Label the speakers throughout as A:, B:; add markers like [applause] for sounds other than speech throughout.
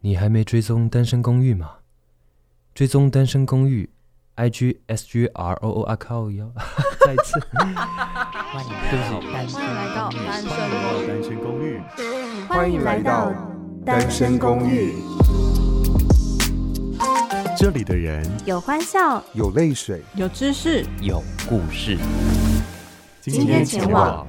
A: 你还没追踪单身公寓吗？追踪单身公寓，I G S G R O O 啊靠腰， [laughs] 再一次，
B: 欢迎
A: 对不起，
B: 来到
C: 欢迎来到单
D: 欢迎来到单身
C: 身
D: 公寓。
C: 欢迎来到
E: 单身公寓，
D: 这里的人
C: 有欢笑，
E: 有泪水。
C: 有知识。
B: 有故事。
C: 今天前往。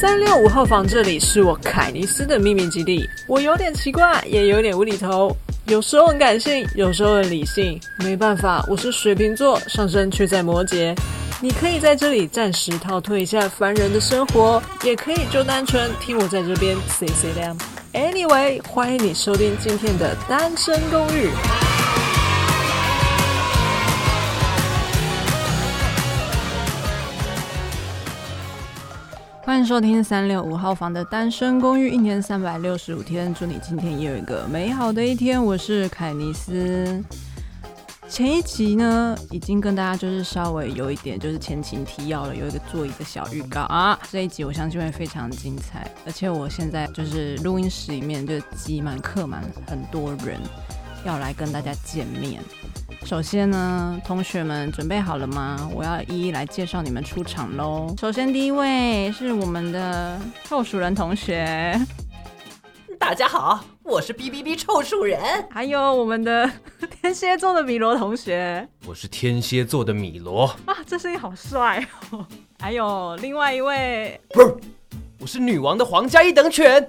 F: 三六五号房这里是我凯尼斯的秘密基地。我有点奇怪，也有点无厘头，有时候很感性，有时候很理性。没办法，我是水瓶座，上升却在摩羯。你可以在这里暂时逃脱一下凡人的生活，也可以就单纯听我在这边 say say them。Anyway，欢迎你收听今天的《单身公寓》。
C: 欢迎收听三六五号房的单身公寓，一年三百六十五天，祝你今天也有一个美好的一天。我是凯尼斯。前一集呢，已经跟大家就是稍微有一点就是前情提要了，有一个做一个小预告啊。这一集我相信会非常精彩，而且我现在就是录音室里面就挤满客满，很多人要来跟大家见面。首先呢，同学们准备好了吗？我要一一来介绍你们出场喽。首先第一位是我们的臭鼠人同学，
B: 大家好，我是 B B B 臭树人。
C: 还有我们的天蝎座的米罗同学
A: 我是天蝎座的米罗，
C: 啊，这声音好帅哦。还有另外一位，
A: 我是女王的皇家一等犬。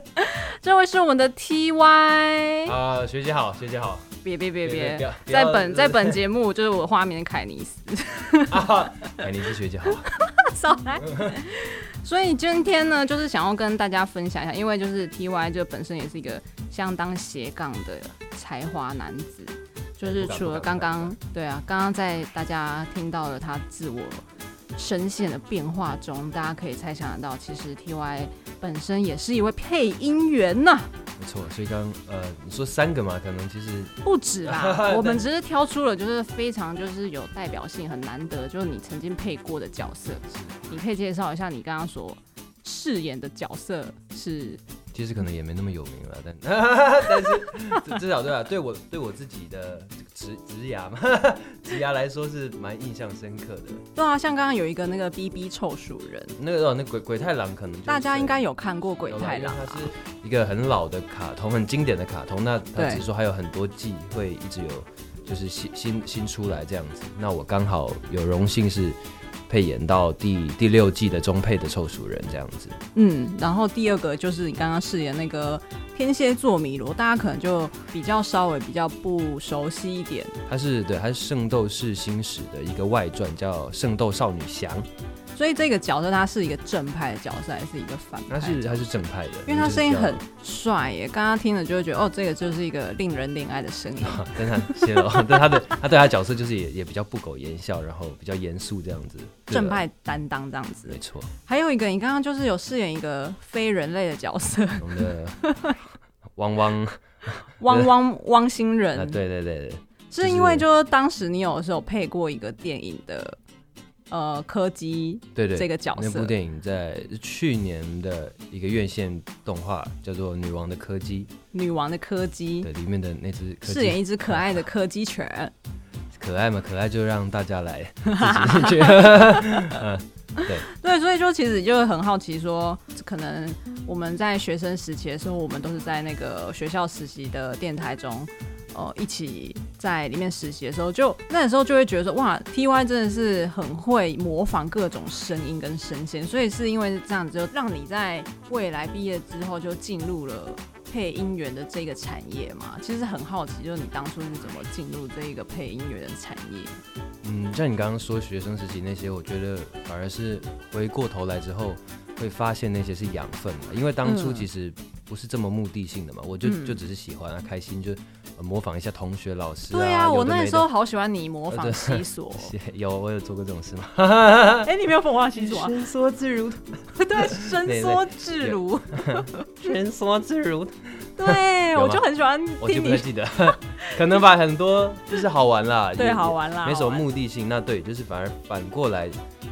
C: 这位是我们的 T Y，
A: 啊，学姐好，学姐好。
C: 别别别
A: 别不要
C: 别，
A: 不要
C: 在
A: [laughs]
C: 本在本节目就是我的画面凯尼斯，
A: 哎，你是学姐好。
C: 少来。所以今天呢，就是想要跟大家分享一下，因为就是 T Y 就本身也是一个相当斜杠的才华男子，就是除了刚刚对啊，刚刚在大家听到了他自我声线的变化中，大家可以猜想得到，其实 T Y 本身也是一位配音员呢、
A: 没错，所以刚呃，你说三个嘛，可能其实
C: 不止啦，我们只是挑出了就是非常就是有代表性、很难得，就是你曾经配过的角色，你可以介绍一下你刚刚所饰演的角色是
A: 其实可能也没那么有名了，
C: [laughs]
A: 但但是至至少对吧？对我对我自己的这个职职涯嘛， [laughs] 职涯来说是蛮印象深刻的。
C: 对啊，像刚刚有一个那个 B B 臭鼠人，
A: 那个哦那鬼鬼太郎可能就是
C: 大家应该有看过鬼太
A: 有啦
C: 郎
A: 因为它
C: 啊，
A: 是一个很老的卡通，很经典的卡通。那它
C: 对
A: 只是说还有很多季会一直有，就是新新新出来这样子。那我刚好有荣幸是配演到第第六季的中配的臭鼠人这样子。
C: 嗯，然后第二个就是你刚刚饰演那个天蝎座米罗，大家可能就比较稍微比较不熟悉一点，
A: 它是对，它是《圣斗士星矢》的一个外传，叫《圣斗少女翔》，
C: 所以这个角色他是一个正派的角色还是一个反派
A: 它
C: 的角色？
A: 是它是正派的，
C: 哎因为他声音很
A: 就是
C: 帅耶，刚刚听了就会觉得哦，这个就是一个令人恋爱
A: [laughs]
C: 的声音。
A: 叫， [laughs] 但他谢了，但他的他对他角色就是也也比较不苟言笑，然后比较严肃这样子，对啊
C: 正派担当这样子
A: 没，错，
C: 还有一个，你刚刚就是有饰演一个非人类的角
A: [laughs]
C: 色，
A: 我们的汪汪啊，
C: 汪汪汪星人，
A: 对对对对，
C: 是因为就是当时你有是有配过一个电影的，呃，柯基
A: 对对，
C: 这个角
A: 那部
C: 色，
A: 电影在去年的一个院线动画叫做《女王的柯基
C: 女王的柯》，基，
A: 对，里面的那只柯
C: 饰演
A: 基
C: 一只可爱的柯基犬。
A: 可爱嘛，可爱就让大家来自
C: [laughs]
A: 己去。
C: 对，所以就其实就很好奇说，可能我们在学生时期的时候，我们都是在那个学校实习的电台中，呃，一起在里面实习的时候，就那时候就会觉得说，哇，T Y 真的是很会模仿各种声音跟声线，所以是因为这样子，就让你在未来毕业之后就进入了。配音员的这个产业嘛，其实很好奇，就是你当初是怎么进入这一个配音员的产业？
A: 嗯，像你刚刚说学生时期那些，我觉得反而是回过头来之后，会发现那些是养分嘛，因为当初
C: 嗯
A: 其实不是这么目的性的嘛，我就
C: 嗯
A: 就只是喜欢啊，开心就、呃模仿一下同学、老师、啊。
C: 对
A: 有
C: 啊，
A: 的
C: 我
A: 没
C: 那
A: 的
C: 时候好喜欢你模
A: 呃
C: 仿
A: 对 [laughs]
C: 西索，
A: 有我有做过这种事吗？ [laughs]
C: [laughs] 哎、你没有凤凰西索啊？伸缩自如， [laughs] 对，啊伸缩自
A: [laughs]
C: 如，
A: 伸缩自如，
C: 对
A: 有吗
C: 我就很喜欢
A: 我就
C: 听
A: 不太
C: 你，
A: 记得， [laughs] 可能吧，很多就是好玩啦，也
C: 对，好玩啦，
A: 没什
C: 好
A: 么
C: 玩
A: 目的性。那对，就是反而反过来，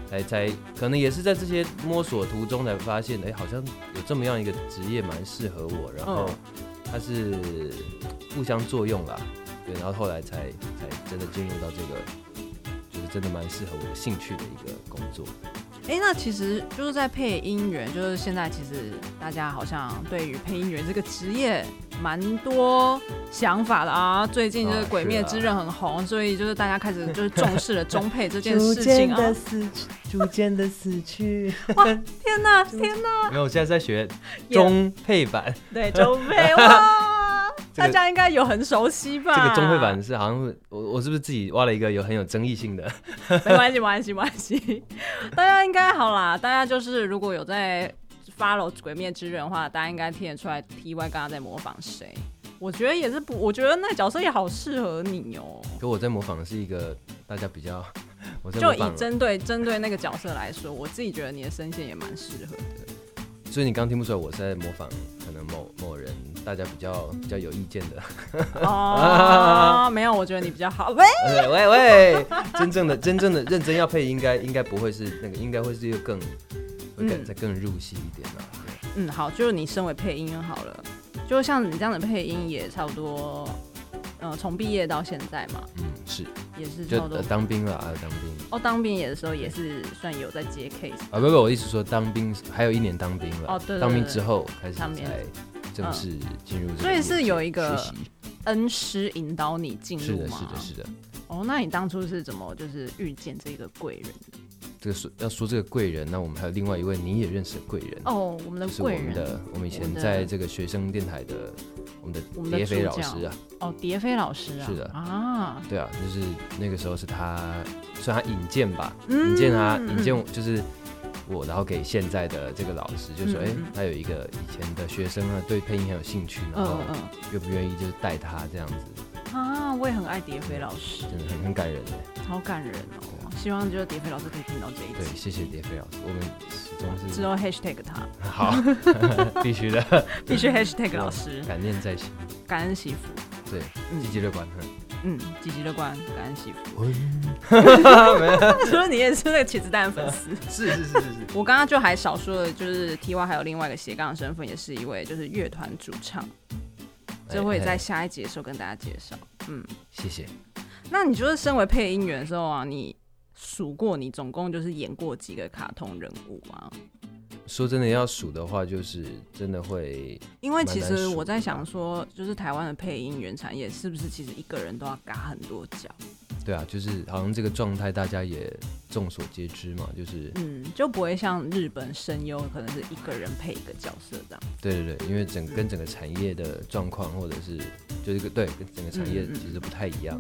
A: 才才可能也是在这些
C: 嗯
A: 摸索途中才发现，哎、好像有这么样一个职业蛮适合我，然后它是互相作用啦，对，然后后来才才真的进入到这个，就是真的蛮适合我的兴趣的一个工作。
C: 哎、那其实就是在配音员，就是现在其实大家好像对于配音员这个职业蛮多想法的啊。最近就是
A: 啊
C: 《鬼灭
A: 是啊
C: 之刃》很红，所以就是大家开始就是重视了中配
A: [laughs]
C: 这件
G: 逐
C: 事情
G: 渐
C: 啊。
G: 的死去， [laughs] 逐渐的死去。
C: 天
A: [laughs]
C: 哪，天哪，
A: 没有，我现在在学中配版，
C: 对中
A: [laughs]
C: 配哇，
A: 这
C: 大
A: 个
C: 家应该有很熟悉吧？
A: 这个中配
C: 啊
A: 版是好像是我我是不是自己挖了一个有很有争议性的？
C: 没关系，没关系，没关系。 [laughs] 大家应该好啦，大家就是如果有在 follow《鬼灭之刃》的话，大家应该听得出来 T Y 刚刚在模仿谁。我觉得也是不，我觉得那角色也好适合你哦、
A: 可我在模仿的是一个大家比较， [laughs] 我在
C: 就
A: 模
C: 以
A: 仿，
C: 针对针对那个角色来说，我自己觉得你的声线也蛮适合的。
A: 所以你刚听不出来我是在模仿可能某某人大家比较比较有意见的。 [laughs]
C: 哦，没有，我觉得你比较好。喂，
A: 喂喂喂，真正的真正的认真要配，应该应该不会是那个，应该会是一个更会更
C: 嗯
A: 再更入戏一点啦。对
C: 嗯，好，就是你身为配音员好了，就像你这样的配音也差不多，呃，从毕业到现在嘛，
A: 嗯，是
C: 也是
A: 就
C: 差不多
A: 呃。当兵了啊，当兵
C: 哦，当兵也的时候也是算有在接 case
A: 啊，不不，我意思说当兵还有一年当兵了，
C: 哦对对
A: 当兵
C: 对
A: 之后开始
C: 当兵嗯
A: 才正式进入这个业界，
C: 所以是有一个
A: 实习
C: 恩师引导你进
A: 是
C: 入
A: 的，
C: 吗？
A: 是的，是的。
C: 哦，那你当初是怎么就是遇见这个贵人？
A: 嗯这个说要说这个贵人，那我们还有另外一位你也认识的贵人，
C: 哦，我们的
A: 就是我
C: 贵
A: 们
C: 人，
A: 的我们以
C: 我
A: 前
C: 的
A: 在这个学生电台的我们
C: 我们
A: 的蝶
C: 的
A: 飞
C: 助
A: 老
C: 教
A: 师啊，
C: 哦，蝶飞老师啊，
A: 是的
C: 啊，
A: 对啊，就是那个时候是他算他引荐吧，
C: 嗯
A: 引荐他
C: 嗯
A: 引荐我就是我，然后给现在的这个老师就说，
C: 嗯
A: 哎、
C: 嗯
A: 他有一个以前的学生啊，对配音很有兴趣，然后
C: 嗯嗯
A: 愿不愿意就是带他这样子，
C: 嗯，啊，我也很爱蝶飞老师，
A: 真的很很感人哎。
C: 好感人哦。希望就是蝶飞老师可以听到这一
A: 对，
C: 集，
A: 谢谢蝶飞老师，我们始终
C: 之
A: 是
C: 后 hashtag 他，
A: 好， [laughs] 必须
C: [laughs]
A: 的，
C: 必须 hashtag 老师，
A: 感念在心，
C: 感恩媳妇，
A: 对，积极乐观，嗯
C: 嗯，积极乐观，感恩媳 [laughs] 妇。
A: [laughs] 没有
C: 除了你也 [laughs] 是那个茄子蛋粉丝。
A: 是是是是是，
C: [laughs] 我刚刚就还少说了，就是 T Y 还有另外一个斜杠身份，也是一位就是乐团主唱，这会
A: 哎
C: 在
A: 哎
C: 下一集的时候跟大家介绍。嗯，
A: 谢谢。
C: 那你就是身为配音员的时候啊，你数过你总共就是演过几个卡通人物啊？
A: 说真的，要数的话，就是真的会
C: 因为
A: 蛮难
C: 其实
A: 数
C: 我在
A: 的
C: 想说，就是台湾的配音员产业是不是其实一个人都要嘎很多脚？
A: 对啊，就是好像这个状态大家也众所皆知嘛，就是
C: 嗯，就不会像日本声优可能是一个人配一个角色这样。
A: 对对对，因为整跟整个产业的状况或者是就是个对跟整个产业
C: 嗯嗯嗯
A: 其实不太一样，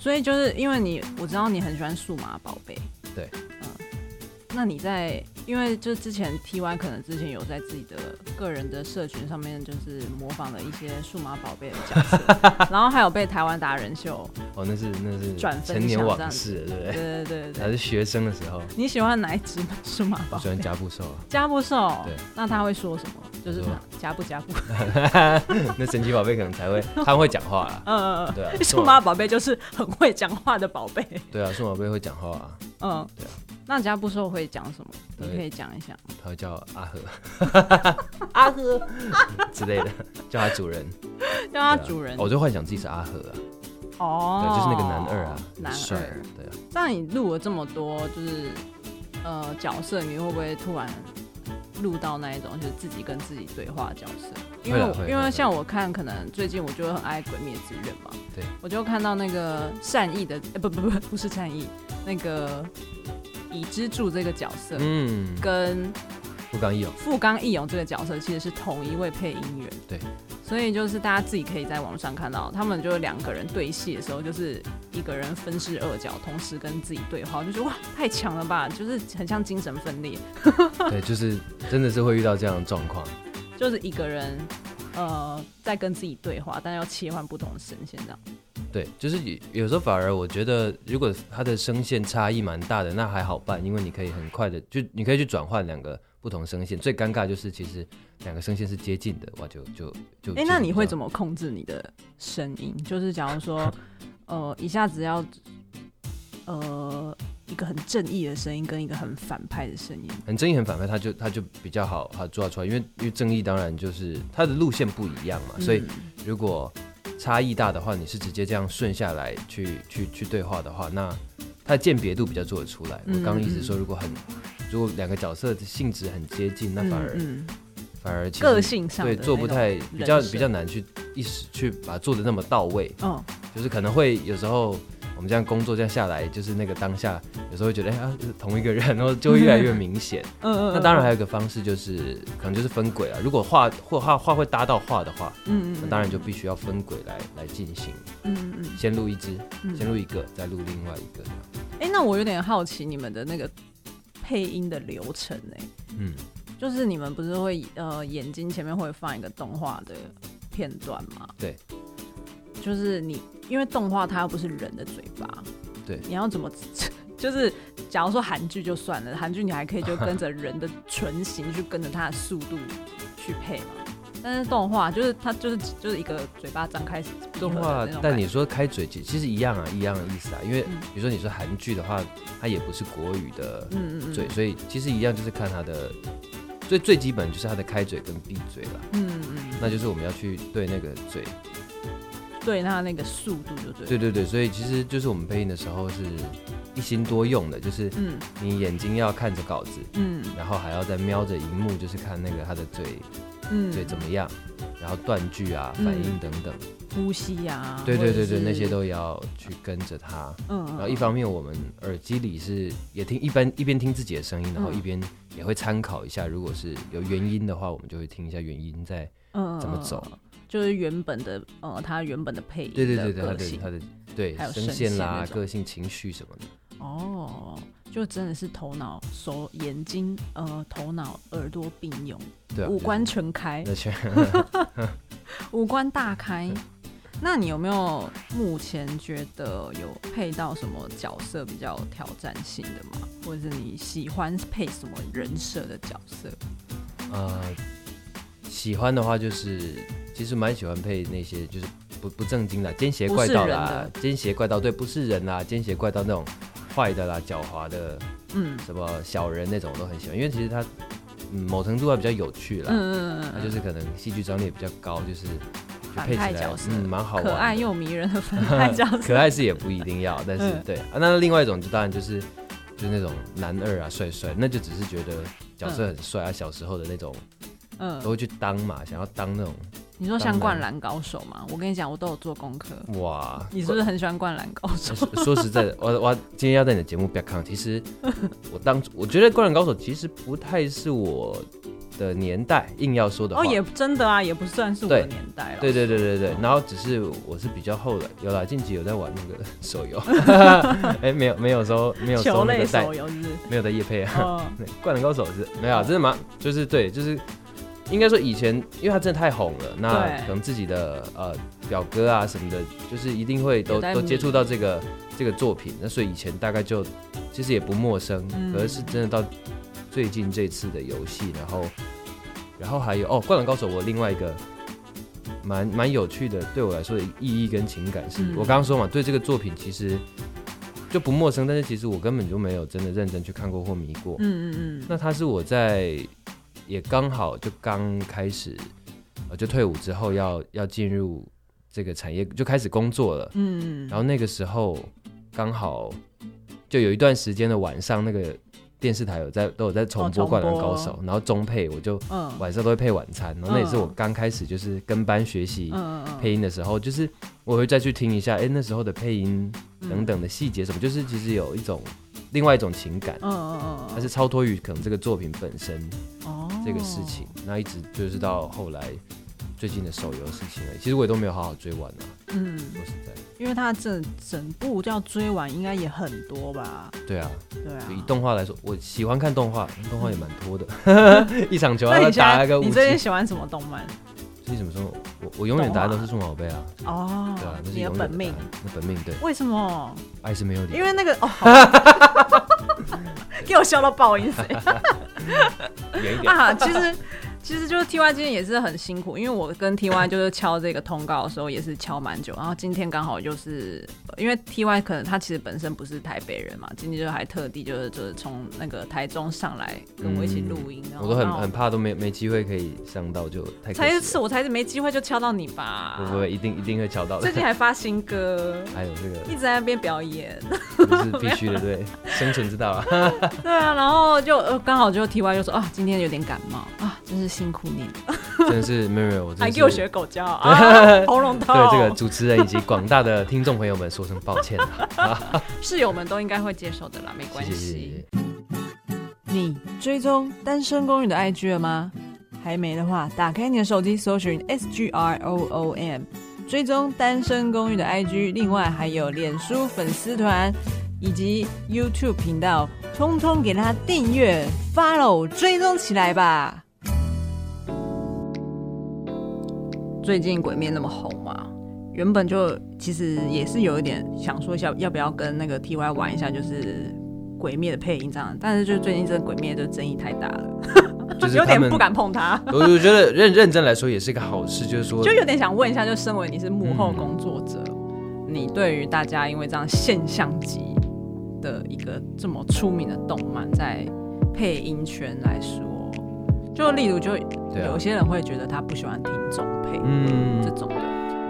C: 所以就是因为你，我知道你很喜欢数码宝贝，
A: 对，
C: 嗯，那你在因为就是之前 T Y 可能之前有在自己的个人的社群上面就是模仿了一些数码宝贝的角
A: [laughs]
C: 色，然后还有被台湾达人秀，
A: 哦，那是那是
C: 转分
A: 成年
C: 享这
A: 往
C: 样
A: 事了，对不 [laughs] 对？
C: 对对对对
A: 还
C: 对，
A: 是学生的时候，
C: 你喜欢哪一只数码
A: 我
C: 宝
A: 喜
C: 贝
A: 欢？加布兽啊， [laughs]
C: 加布兽
A: 对，
C: 那他会说什么？就是
A: 他说
C: 加
A: [laughs]
C: 布加布，
A: 那神奇宝贝可能
C: [laughs]
A: 才会，他们会讲话啦，
C: 嗯嗯
A: 对啊
C: 嗯，， [laughs] 数码宝贝就是很会讲话的宝贝，
A: 对啊，数码宝贝会讲话啊，
C: 嗯
A: 对啊，
C: 那加布兽会讲什么？
A: 对
C: 你可以讲一下。
A: 他会叫阿和，阿和之类的，叫他主人，
C: [laughs]
A: 对
C: 叫它
A: 啊
C: 主人
A: 哦我就幻想自己是阿和啊，
C: 哦
A: 对，就是那个男二啊，
C: 男
A: 帅啊
C: 二。，
A: 对啊。
C: 那你录了这么多，就是呃角色，你会不会突然录到那一种就是自己跟自己对话的角色？因为
A: 会啊
C: 我
A: 会
C: 因
A: 会
C: 为
A: 会
C: 像我看，可能最近我就很爱《鬼灭之刃》嘛，
A: 对，
C: 我就看到那个善意的，呃不不不不是善意，那个以之助这个角色。
A: 嗯，
C: 跟
A: 不刚毅哦，
C: 富冈义勇这个角色其实是同一位配音员，
A: 对，
C: 所以就是大家自己可以在网上看到，他们就两个人对戏的时候，就是一个人分饰二角，同时跟自己对话，就是哇，太强了吧，就是很像精神分裂，
A: 对，就是 [laughs] 真的是会遇到这样的状况，
C: 就是一个人呃在跟自己对话，但要切换不同的声线这样。
A: 对，就是有有时候反而我觉得，如果他的声线差异蛮大的，那还好办，因为你可以很快的就你可以去转换两个不同声线。最尴尬就是其实两个声线是接近的，哇，就就就
C: 哎、那你会怎
A: 么？
C: 么控制你的
A: [laughs]
C: 声音？就是假如说呃一下子要呃一个很正义的声音跟一个很反派的声音？
A: 很正义很反派，他就他就比较好，他抓出来，因为因为正义当然就是他的路线不一样
C: 嗯
A: 嘛，所以如果差异大的话，你是直接这样顺下来去去去对话的话，那他的鉴别度比较做得出来。我
C: 嗯
A: 刚刚一直说，如果很如果两个角色的性质很接近，那反而、
C: 嗯嗯
A: 反而其实
C: 个性上的
A: 对做不太比
C: 那种
A: 较
C: 人设
A: 比较难去一时去把它做的那么到位，
C: 哦，
A: 就是可能会有时候。我们这样工作这样下来，就是那个当下，有时候会觉得哎呀、是同一个人，然后就会越来越明显。
C: 嗯
A: [laughs]
C: 嗯，
A: 那当然还有一个方式，就是可能就是分轨啊。如果画或画画会搭到画的话，
C: 嗯
A: 那当然就必须要分轨来来进行，
C: 嗯嗯嗯。
A: 先录一支，
C: 嗯
A: 先录一个，再录另外一个这样。
C: 哎、那我有点好奇你们的那个配音的流程哎、
A: 嗯，
C: 就是你们不是会呃眼睛前面会放一个动画的片段吗？
A: 对，
C: 就是你因为动画它又不是人的嘴巴，
A: 对
C: 你要怎么 [laughs] 就是假如说韩剧就算了，韩剧你还可以就跟着人的唇形去跟着它的速度去配嘛。但是动画就是它就是就是一个嘴巴张开闭合
A: 动
C: 的
A: 画
C: 那种，
A: 但
C: 感
A: 你
C: 觉
A: 说开嘴其其实一样啊，一样的意思啊。因为
C: 嗯
A: 比如说你说韩剧的话，它也不是国语的
C: 嗯嗯嗯
A: 嘴，所以其实一样就是看它的最最基本就是它的开嘴跟闭嘴啦。
C: 嗯嗯
A: 那就是我们要去对那个嘴
C: 嗯对它那个速度就对了
A: 对对对，所以其实就是我们配音的时候是一心多用的，就是
C: 嗯
A: 你眼睛要看着稿子，
C: 嗯
A: 然后还要再瞄着荧幕，就是看那个他的嘴
C: 嗯
A: 嘴怎么样，然后断句啊、
C: 嗯
A: 反应等等，
C: 呼吸呀、啊，
A: 对对对对，
C: 或者是
A: 那些都要去跟着他。
C: 嗯，
A: 然后一方面我们耳机里是也听一般一边听自己的声音，然后
C: 嗯
A: 一边也会参考一下，如果是有元音的话，我们就会听一下元音在
C: 嗯
A: 怎么走。啊
C: 嗯嗯就是原本的呃，他原本的配音
A: 对对对
C: 的
A: 对，他
C: 个
A: 的
C: 性
A: 他的对
C: 还有
A: 声
C: 声
A: 线
C: 线
A: 啦、
C: 那种
A: 个性、情绪什么的。
C: 哦，就真的是头脑、手、眼睛、呃，头脑、耳朵并用，
A: 对啊，
C: 五官全开，
A: 那全
C: 五官大开。那你有没有目前觉得有配到什么角色比较有挑战性的吗？或者是你喜欢配什么人设的角色？
A: 呃，喜欢的话就是，其实蛮喜欢配那些就是不不正经的奸邪怪盗啦，奸邪怪盗对，不是人啦，奸邪怪盗那种坏的啦、狡猾的
C: 嗯
A: 什么小人那种我都很喜欢，因为其实他嗯某程度还比较有趣啦，
C: 嗯嗯
A: 他、
C: 嗯，
A: 就是可能戏剧张力也比较高，就是就
C: 反
A: 配起
C: 派
A: 来
C: 角色
A: 嗯蛮好玩的，
C: 可爱又迷人的反派角色，
A: [laughs] 可爱是也不一定要，但是、
C: 嗯
A: 对啊，那另外一种就当然就是就是那种男二啊帅帅，那就只是觉得角色很帅啊，小时候的那种
C: 嗯
A: 都，会去当嘛，想要当那种。
C: 你说
A: 当
C: 像
A: 然
C: 灌篮高手吗？我跟你讲，我都有做功课。
A: 哇，
C: 你是不是很喜欢灌篮高手？
A: 说说实在的，我我今天要在你的节目不要看。其实我当初我觉得《灌篮高手》其实不太是我的年代，硬要说的话。
C: 哦，也真的啊，也不算是我的年代了。
A: 对对对对对，然后只是我是比较后来有啦，近期有在玩那个 [laughs] 手
C: [laughs]
A: 游，哎、没有没有收没有
C: 球
A: 收那
C: 类
A: 个代
C: 手，游是不是？
A: 没有在夜配啊。 [laughs]
C: 哦，
A: 对灌篮高手是没有啊，真的蛮就是对，就是应该说以前，因为他真的太红了，那
C: 对
A: 可能自己的呃表哥啊什么的，就是一定会
C: 有
A: 都
C: 在
A: 都
C: 迷
A: 接触到这个这个作品，那所以以前大概就其实也不陌生，
C: 嗯
A: 可是是真的到最近这次的游戏，然后然后还有哦，灌篮高手我另外一个。蛮蛮有趣的，对我来说的意义跟情感是，
C: 嗯
A: 我刚刚说嘛，对这个作品其实就不陌生，但是其实我根本就没有真的认真去看过或迷过。
C: 嗯嗯嗯，
A: 那他是我在也刚好就刚开始，呃，就退伍之后要要进入这个产业，就开始工作了。
C: 嗯，
A: 然后那个时候刚好就有一段时间的晚上，那个电视台有在都有在重
C: 哦
A: 播《
C: 重
A: 灌篮
C: 播
A: 高手》然后中配我就
C: 嗯
A: 晚上都会配晚餐，然后那也是我
C: 嗯
A: 刚开始就是跟班学习
C: 嗯嗯
A: 配音的时候，就是我会再去听一下，哎，那时候的配音
C: 嗯
A: 等等的细节什么，就是其实有一种另外一种情感。
C: 嗯嗯嗯嗯，
A: 它是超脱于可能这个作品本身
C: 哦
A: 这个事情，那一直就是到后来最近的手游事情而已。其实我也都没有好好追完啊，
C: 嗯，
A: 说实在，
C: 因为它整整部要追完，应该也很多吧？
A: 对啊，
C: 对啊
A: 就。以动画来说，我喜欢看动画，动画也蛮拖的， [laughs] 一场球
C: 那
A: 要
C: 你现
A: 打
C: 在
A: 那个五
C: 你
A: 级。
C: 最近喜欢什么动漫？
A: 所以怎么说？我我永远答的都是数码宝贝啊，
C: 哦
A: 对啊，那，是
C: 你的
A: 永远
C: 本命
A: 答。案，那本命对，
C: 为什么？
A: 爱是没有理由
C: 因。为那个
A: [laughs]
C: 哦，好 [laughs] 给我笑到爆音。
A: 远一点，
C: 啊，其实其实就是 T Y 今天也是很辛苦，因为我跟 T
A: [laughs]
C: Y 就是敲这个通告的时候也是敲蛮久，然后今天刚好就是呃因为 T Y 可能他其实本身不是台北人嘛，今天就还特地就是就是从那个台中上来跟我一起录音，然后
A: 嗯我都很
C: 刚好
A: 很怕都没没机会可以上到，就太可
C: 哦才一
A: 惜
C: 次
A: 了。
C: 我才没机会就敲到你吧，
A: 不不不，一定一定会瞧到的
C: 最。近还发新歌，
A: [laughs] 还有这个
C: 一直在那边表演。 [laughs]
A: 不是必须的，对，生存之道啊。
C: 对啊，然后就呃刚好就 T Y 就说啊，今天有点感冒啊，真是辛苦你了，
A: 真的是没有没有，我真的
C: 还
A: 是
C: 给
A: [laughs]
C: 我学狗叫啊，喉咙痛。
A: 对这个主持人以及广大的听众朋友们说声抱歉
C: [laughs]
A: 啊，
C: 室友们都应该会接受的啦，没关
A: 谢
C: 系。
A: 谢谢谢。
F: 你
C: 追踪单身公寓的 IG 了吗？还没的话，打开你的手机，搜寻 S G R O O M，追踪单身公寓的 IG，另外还有脸书粉丝团以及 YouTube 频道，通通给它订阅、follow、追踪起来吧。最近《鬼灭》那么红嘛，原本就其实也是有一点想说要要不要跟那个 T Y 玩一下，就是《鬼灭》的配音这样，但是就最近这《鬼灭》的争议太大了，
A: 就是
C: [laughs] 有
A: 他
C: 点
A: 们
C: 不敢碰它。
A: 我我觉得认认真来说也是一个好事，就是说
C: 就有点想问一下，就身为你是幕
A: 嗯
C: 后工作者，你对于大家因为这样现象级的一个这么出名的动漫，在配音圈来说，就例如就
A: 对啊
C: 有，些人会觉得他不喜欢听众配、
A: 嗯
C: 这，种的，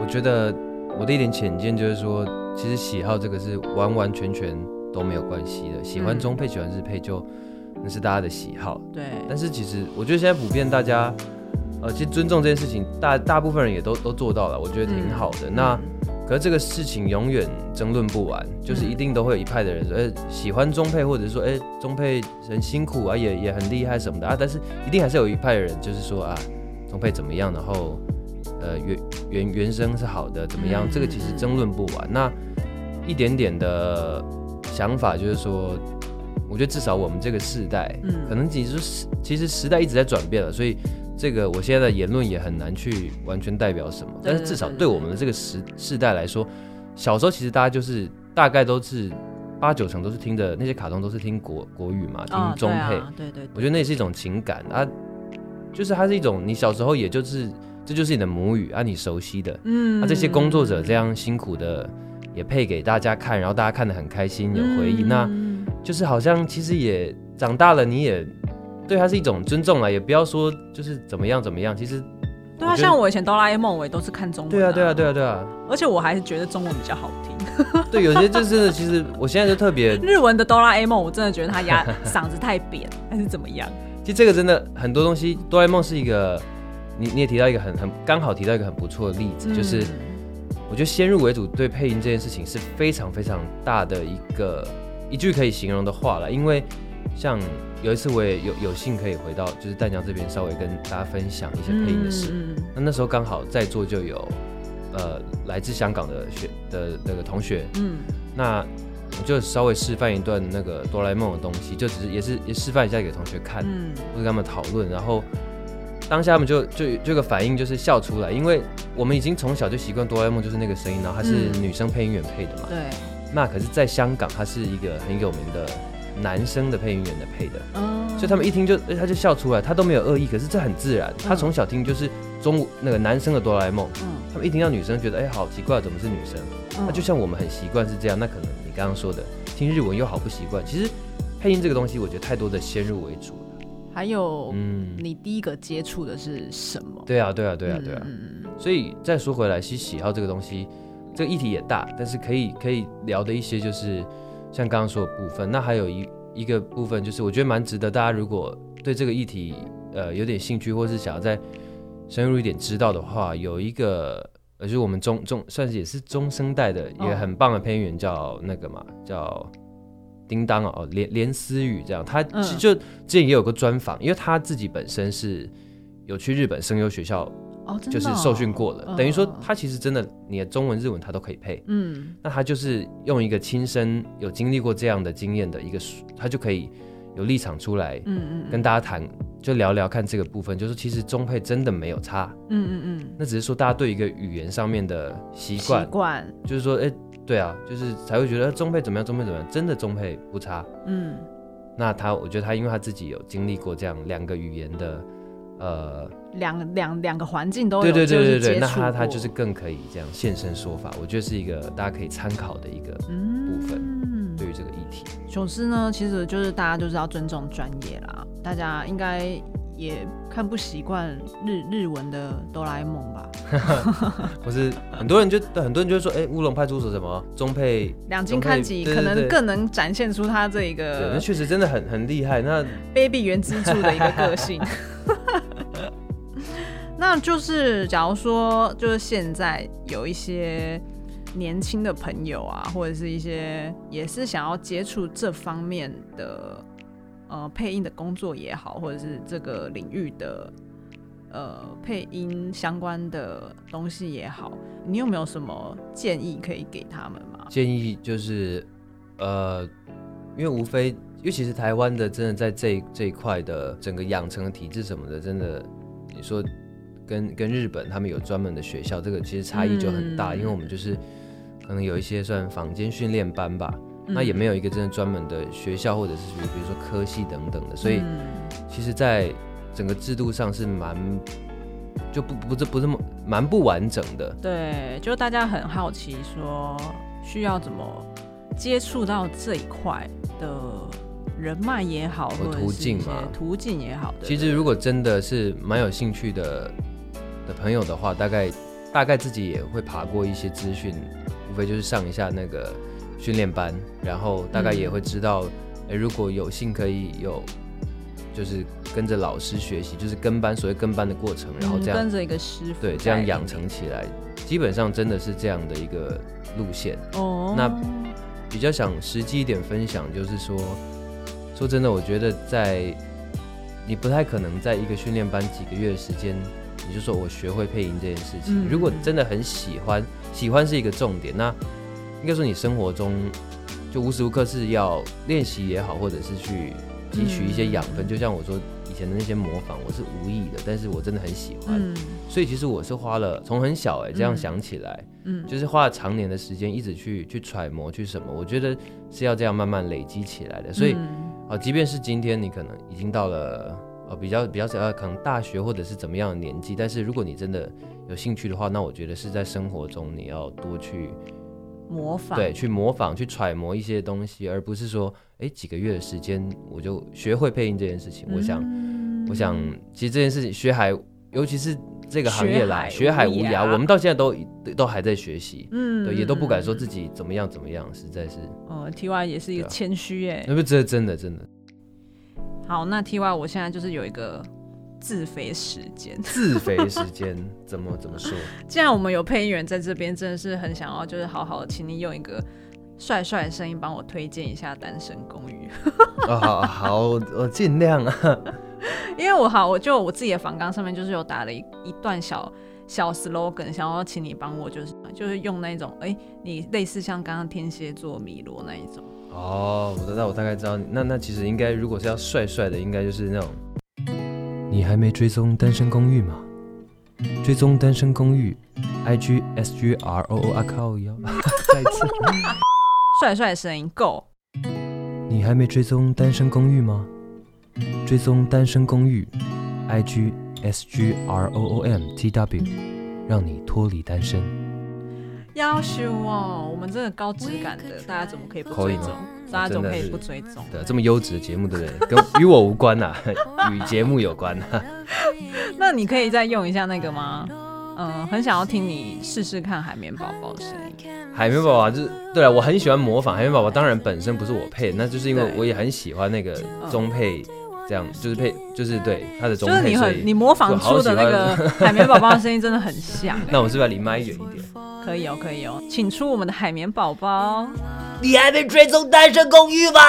A: 我觉得我的一点浅见就是说，其实喜好这个是完完全全都没有关系的，喜欢
C: 嗯
A: 中配喜欢日配就那是大家的喜好，
C: 对，
A: 但是其实我觉得现在普遍大家，呃，其实尊重这件事情，大大部分人也都都做到了，我觉得挺好
C: 嗯
A: 的。那可是这个事情永远争论不完，就是
C: 嗯
A: 一定都会有一派的人说，哎、喜欢中配，或者说，哎、中配很辛苦啊，也也很厉害什么的啊，但是一定还是有一派的人就是说啊，中配怎么样，然后呃原原原声是好的，怎么样？
C: 嗯
A: 这个其实争论不完。那一点点的想法就是说，我觉得至少我们这个世代，
C: 嗯
A: 可能其实时其实时代一直在转变了，所以这个我现在的言论也很难去完全代表什么。
C: 对
A: 但是至少
C: 对对
A: 对我们的这个时世代来说，小时候其实大家就是大概都是八九成都是听的那些卡通都是听国国语嘛，听
C: 啊
A: 中配。
C: 对啊、对对
A: 我觉得那也是一种情感啊，就是它是一种你小时候也就是这就是你的母语啊，你熟悉的。
C: 嗯
A: 那、啊这些工作者这样辛苦的也配给大家看，然后大家看得很开心，有回忆，那
C: 嗯
A: 就是好像其实也长大了，你也对他是一种尊重了，啊也不要说就是怎么样怎么样，其实
C: 对啊，
A: 我觉得
C: 像我以前哆啦 A 梦，我也都是看中文、
A: 对啊对啊
C: 啊，
A: 对啊对啊，
C: 而且我还是觉得中文比较好
A: [laughs]
C: 听。
A: 对有些就是 [laughs] 其实我现在就特别，
C: 日文的哆啦 A 梦，我真的觉得
A: [laughs]
C: 他牙嗓子太扁，还是怎么样？
A: 其实这个真的很多东西，哆啦 A 梦是一个。你你也提到一个很很刚好提到一个很不错的例子，嗯就是我觉得先入为主对配音这件事情是非常非常大的一个一句可以形容的话了，因为像有一次我也有有幸可以回到就是淡江这边稍微跟大家分享一些配音的事，
C: 嗯嗯
A: 那那时候刚好在座就有呃来自香港的学的那个同学，
C: 嗯
A: 那我就稍微示范一段那个哆啦 A 梦的东西，就只是也是也示范一下给同学看，
C: 嗯
A: 或者跟他们讨论，然后当下他们就就这个反应就是笑出来，因为我们已经从小就习惯哆啦 A 梦就是那个声音，然后它是
C: 嗯
A: 女生配音员配的嘛。
C: 对，
A: 那可是，在香港，它是一个很有名的男生的配音员的配的，
C: 嗯
A: 所以他们一听就哎他就笑出来，他都没有恶意，可是这很自然。他从小听就是中那个男生的哆啦 A 梦，
C: 嗯
A: 他们一听到女生觉得哎好奇怪，怎么是女生？
C: 哦
A: 那就像我们很习惯是这样，那可能你刚刚说的听日文又好不习惯，其实配音这个东西，我觉得太多的先入为主
C: 哦
A: 了。
C: 还有
A: 嗯，
C: 你第一个接触的是什么？
A: 对啊，对啊，对啊，对啊。
C: 嗯
A: 所以再说回来，其实喜好这个东西，这个议题也大，但是可以可以聊的一些就是像刚刚说的部分。那还有一一个部分就是，我觉得蛮值得大家如果对这个议题呃有点兴趣，或是想要再深入一点知道的话，有一个呃就是我们中中算是也是中生代的一
C: 哦
A: 个很棒的配音员叫那个嘛叫。叮当哦，哦连连思雨这样，他
C: 嗯
A: 其实就之前也有个专访，因为他自己本身是有去日本声优学校
C: 哦，真的
A: 就
C: 哦
A: 是受训过了，
C: 嗯
A: 等于说
C: 嗯
A: 他其实真的你的中文、日文他都可以配。
C: 嗯
A: 那他就是用一个亲身有经历过这样的经验的一个书，他就可以有立场出来
C: 嗯嗯
A: 跟大家谈，就聊聊看这个部分，就是其实中配真的没有差，
C: 嗯嗯
A: 那只是说大家对一个语言上面的习
C: 嗯，习
A: 惯，
C: 惯，
A: 就是说，哎、对啊，就是才会觉得呃中配怎么样，中配怎么样，真的中配不差。
C: 嗯
A: 那他，我觉得他因为他自己有经历过这样两个语言的呃，
C: 两两两个环境都有
A: 对对
C: 就
A: 对对
C: 是
A: 对，
C: 接
A: 那
C: 触
A: 他他就
C: 过
A: 是更可以这样现身说法，我觉得是一个大家可以参考的一个部分，
C: 嗯，
A: 对于这个议题。
C: 糗事呢，其实就是大家就是要尊重专业啦，大家应该也看不习惯日日文的哆啦 A 梦吧？
A: 或是很多人就很多人就会说，哎、乌龙派出所什么中配，
C: 两金看集
A: 对
C: 可
A: 对对
C: 能更能展现出他这一
A: 对，那
C: 个
A: 确实真的很很厉害。那
C: baby 原之处的一个个性。那就是假如说，就是现在有一些年轻的朋友啊，或者是一些也是想要接触这方面的呃配音的工作也好，或者是这个领域的呃配音相关的东西也好，你有没有什么建议可以给他们吗？
A: 建议就是，呃，因为无非，尤其是台湾的，真的在这一这一块的整个养成的体制什么的，真的，你说跟跟日本他们有专门的学校，这个其实差异就很大，
C: 嗯
A: 因为我们就是可能有一些算坊间训练班吧，
C: 嗯
A: 那也没有一个真的专门的学校或者是比如说科系等等的，所
C: 嗯
A: 以。其实，在整个制度上是蛮就不不这不这么蛮不完整的。
C: 对，就大家很好奇说需要怎么接触到这一块的人脉也好，
A: 或
C: 或者
A: 途
C: 是
A: 径
C: 一些
A: 嘛
C: 途径也好的。
A: 其实，如果真的是蛮有兴趣的的朋友的话，大概大概自己也会爬过一些资讯，无非就是上一下那个训练班，然后大概也会知道，诶如果有幸可以有。就是跟着老师学习，就是跟班，所谓跟班的过程，然后
C: 嗯
A: 这样、
C: 跟着一个师傅在里
A: 对
C: 面，
A: 这样养成起来，基本上真的是这样的一个路线。
C: 哦。
A: 那比较想实际一点分享，就是说，说真的，我觉得在你不太可能在一个训练班几个月的时间，你就说我学会配音这件事情。
C: 嗯
A: 如果真的很喜欢，喜欢是一个重点，那应该说你生活中就无时无刻是要练习也好，或者是去汲取一些养分。
C: 嗯
A: 就像我说以前的那些模仿，我是无意的，但是我真的很喜欢，
C: 嗯
A: 所以其实我是花了从很小哎、这样想起来。
C: 嗯，
A: 就是花了常年的时间一直去去揣摩去什么，我觉得是要这样慢慢累积起来的。所以啊、
C: 嗯
A: 呃即便是今天你可能已经到了呃比较比较呃可能大学或者是怎么样的年纪，但是如果你真的有兴趣的话，那我觉得是在生活中你要多去
C: 模仿
A: 对去模仿去揣摩一些东西，而不是说诶几个月的时间我就学会配音这件事情。
C: 嗯
A: 我想我想其实这件事情学海，尤其是这个行业啦，
C: 学
A: 学
C: 海
A: 海
C: 无涯
A: 无涯，我们到现在都都还在学习。
C: 嗯
A: 对，也都不敢说自
C: 己。
A: 己怎么样怎么样，实在是，
C: 呃，T Y 也是一个
A: 对啊
C: 谦虚耶。
A: 那不这真的真的
C: 好，那 T Y 我现在就是有一个自肥时间。
A: 自肥时间怎么怎么说？ [laughs]
C: 既然我们有配音员在这边，真的是很想要，就是好好的，请你用一个帅帅的声音帮我推荐一下《单身公寓》
A: 啊，好好，我尽量啊。 [laughs]
C: 因为我好，我就我自己的访纲上面就是有打了一一段小小 slogan，想要请你帮我，就是就是用那种，哎、你类似像刚刚天蝎座米罗那一种，
A: 哦，我知道，我大概知道你。那那其实应该，如果是要帅帅的，应该就是那种。你还没追踪单身公寓吗？追踪单身公寓，I G S G R O O 啊靠腰。 [laughs]
D: 再次，
C: 帅帅的声音够。
A: 你还没追踪单身公寓吗？追踪单身公寓，I G S G R O O M T W，让你脱离单身。
C: 要求哦，我们这个高质感的，大家怎么可以不追踪
A: 口？
C: 大家怎么
A: 真
C: 可
A: 的
C: 以
A: 是
C: 不追踪？
A: 对，这么优质的节目的人，跟与我无关
C: [laughs]
A: 呐、与节目有关呐、啊
C: 那你可以再用一下那个吗？嗯，很想要听你试试看海绵宝宝的声音。
A: 海绵宝宝就是，对啊了，我很喜欢模仿海绵宝宝。当然，本身不是我配，那就是因为
C: 对
A: 我也很喜欢那个中配，这样就是配，就是对他的中
C: 哦就是
A: 配。
C: 你
A: 所
C: 很
A: 以
C: 你模仿出的那
A: 我好喜 [laughs]
C: 个海绵宝宝的声音真的很像，
A: 那我是不是要离麦远一点？
C: 可以哦，可以哦，请出我们的海绵宝宝。
B: 你还没追踪单身公寓吗？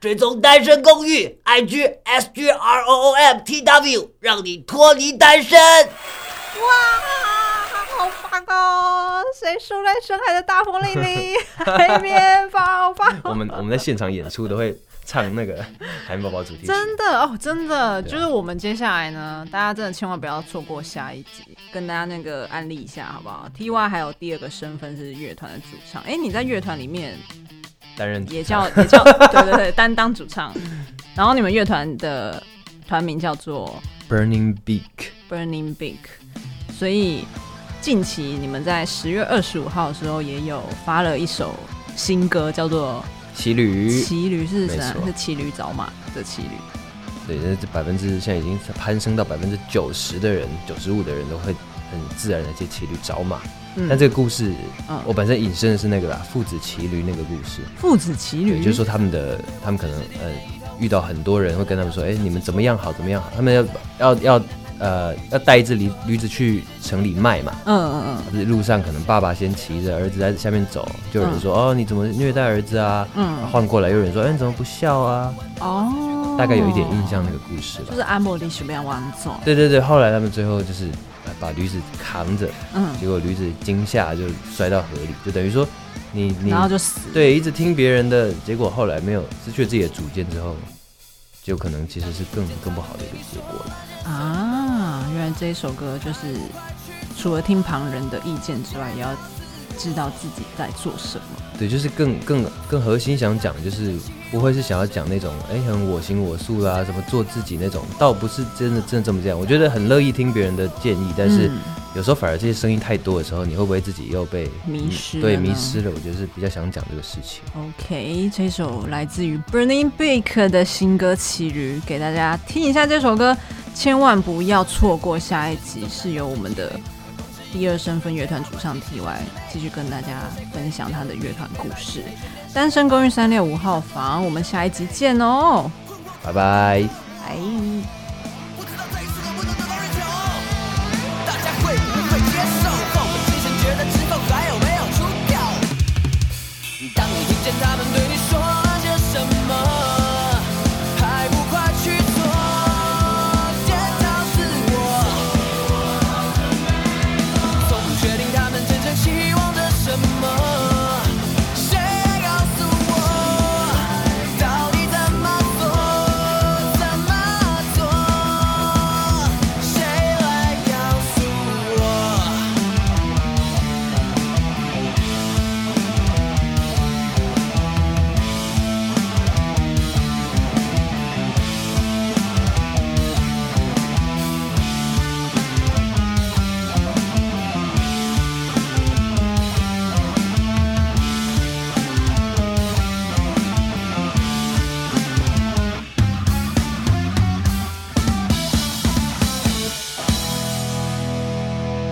B: 追踪单身公寓，I G S G R O O M T W，让你脱离单身。
C: 哇，好棒哦！谁输在深海的大风里里？ [laughs] 海绵宝宝，
A: 我们我们在现场演出都会唱那个 [laughs] 海绵宝宝主题曲。
C: [laughs] 真的哦，真的
A: 啊
C: 就是我们接下来呢，大家真的千万不要错过下一集，跟大家那个安利一下好不好？T Y 还有第二个身份是乐团的主唱，哎、你在乐团里面
A: 担任
C: 也叫 [laughs] 也叫对对对担当主唱，然后你们乐团的团名叫做
A: Burning Beak。
C: Burning Big，所以近期你们在十月二十五号的时候也有发了一首新歌，叫做
A: 骑
C: 《
A: 驴，
C: 骑驴》，是什
A: 没
C: 么？
A: 错
C: 是骑驴找马的骑驴。
A: 对，那这百分之现在已经攀升到百分之九十的人，九十五的人都会很自然的去骑驴找马。
C: 嗯
A: 但这个故事，
C: 嗯
A: 我本身引申的是那个啦，父子骑驴那个故事，
C: 父子骑
A: 对，
C: 驴，
A: 就是说他们的，他们可能呃遇到很多人会跟他们说，哎、你们怎么样好，怎么样好，他们要要要呃要带一只驴驴子去城里卖嘛，
C: 嗯嗯
A: 路上可能爸爸先骑着，儿子在下面走，就有人说、哦你怎么虐待儿子啊？
C: 嗯
A: 换过来又有人说，哎、你怎么不孝啊？
C: 嗯，哦，
A: 大概有一点印，象那个故事吧
C: 就。是阿莫里随便玩走，
A: 对对对，后来他们最后就是呃把驴子扛着，
C: 嗯，
A: 结果驴子惊吓就摔到河里，就等于说你你
C: 然后就死，
A: 对一直听别人的，结果后来没有失去了自己的主见之后，就可能其实是更更不好的一个结果了。
C: 啊，原来这一首歌就是除了听旁人的意见之外，也要知道自己在做什么。
A: 对，就是更更更核心想讲的就是不会是想要讲那种哎很我行我素啦，什么做自己那种，倒不是真的真的这么这样。我觉得很乐意听别人的建议，但是。
C: 嗯
A: 有时候反而这些声音太多的时候，你会不会自己又被
C: 迷
A: 嗯
C: 失了
A: 对，
C: 呢
A: 迷失了。我觉得是比较想讲这个事情。
C: OK，这首来自于 Burning Big 的新歌《骑驴》，给大家听一下这首歌，千万不要错过下一集，是由我们的第二身份乐团主唱 TY 继续跟大家分享他的乐团故事。单身公寓三六五号房，我们下一集见哦，
A: 拜拜。
C: 拜。
H: 我知道这一次我不能得到认同，大家会不会接受？放我之前觉得之后还有没有出掉？当你听见他们对你说些什么，还不快去做，检讨自我，总不确定他们真正期望着什么。谁告诉我，到底怎么做，怎么做？谁来告诉我？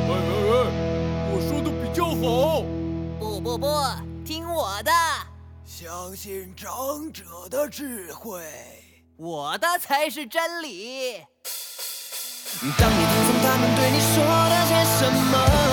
I: 喂喂喂，我说的比较好。
H: 不不不，听我的，相信长者的智慧，我的才是真理。当你听从他们对你说的些什么。